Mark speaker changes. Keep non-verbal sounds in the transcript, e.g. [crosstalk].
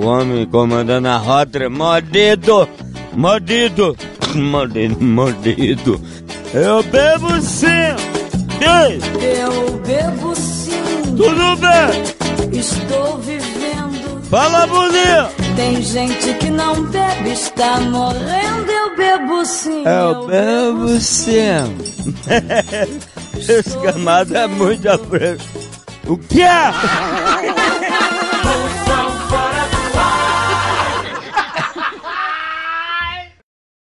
Speaker 1: Gomes comandando a rota. Mordido! Mordido! Mordido, mordido. Eu bebo sim! Ei,
Speaker 2: Eu bebo sim,
Speaker 1: tudo bem?
Speaker 2: estou vivendo.
Speaker 1: Fala bonito!
Speaker 2: Tem gente que não bebe, está morrendo. Eu bebo sim.
Speaker 1: Eu bebo [laughs] sim! Esse camada é muito afreiro. O que é?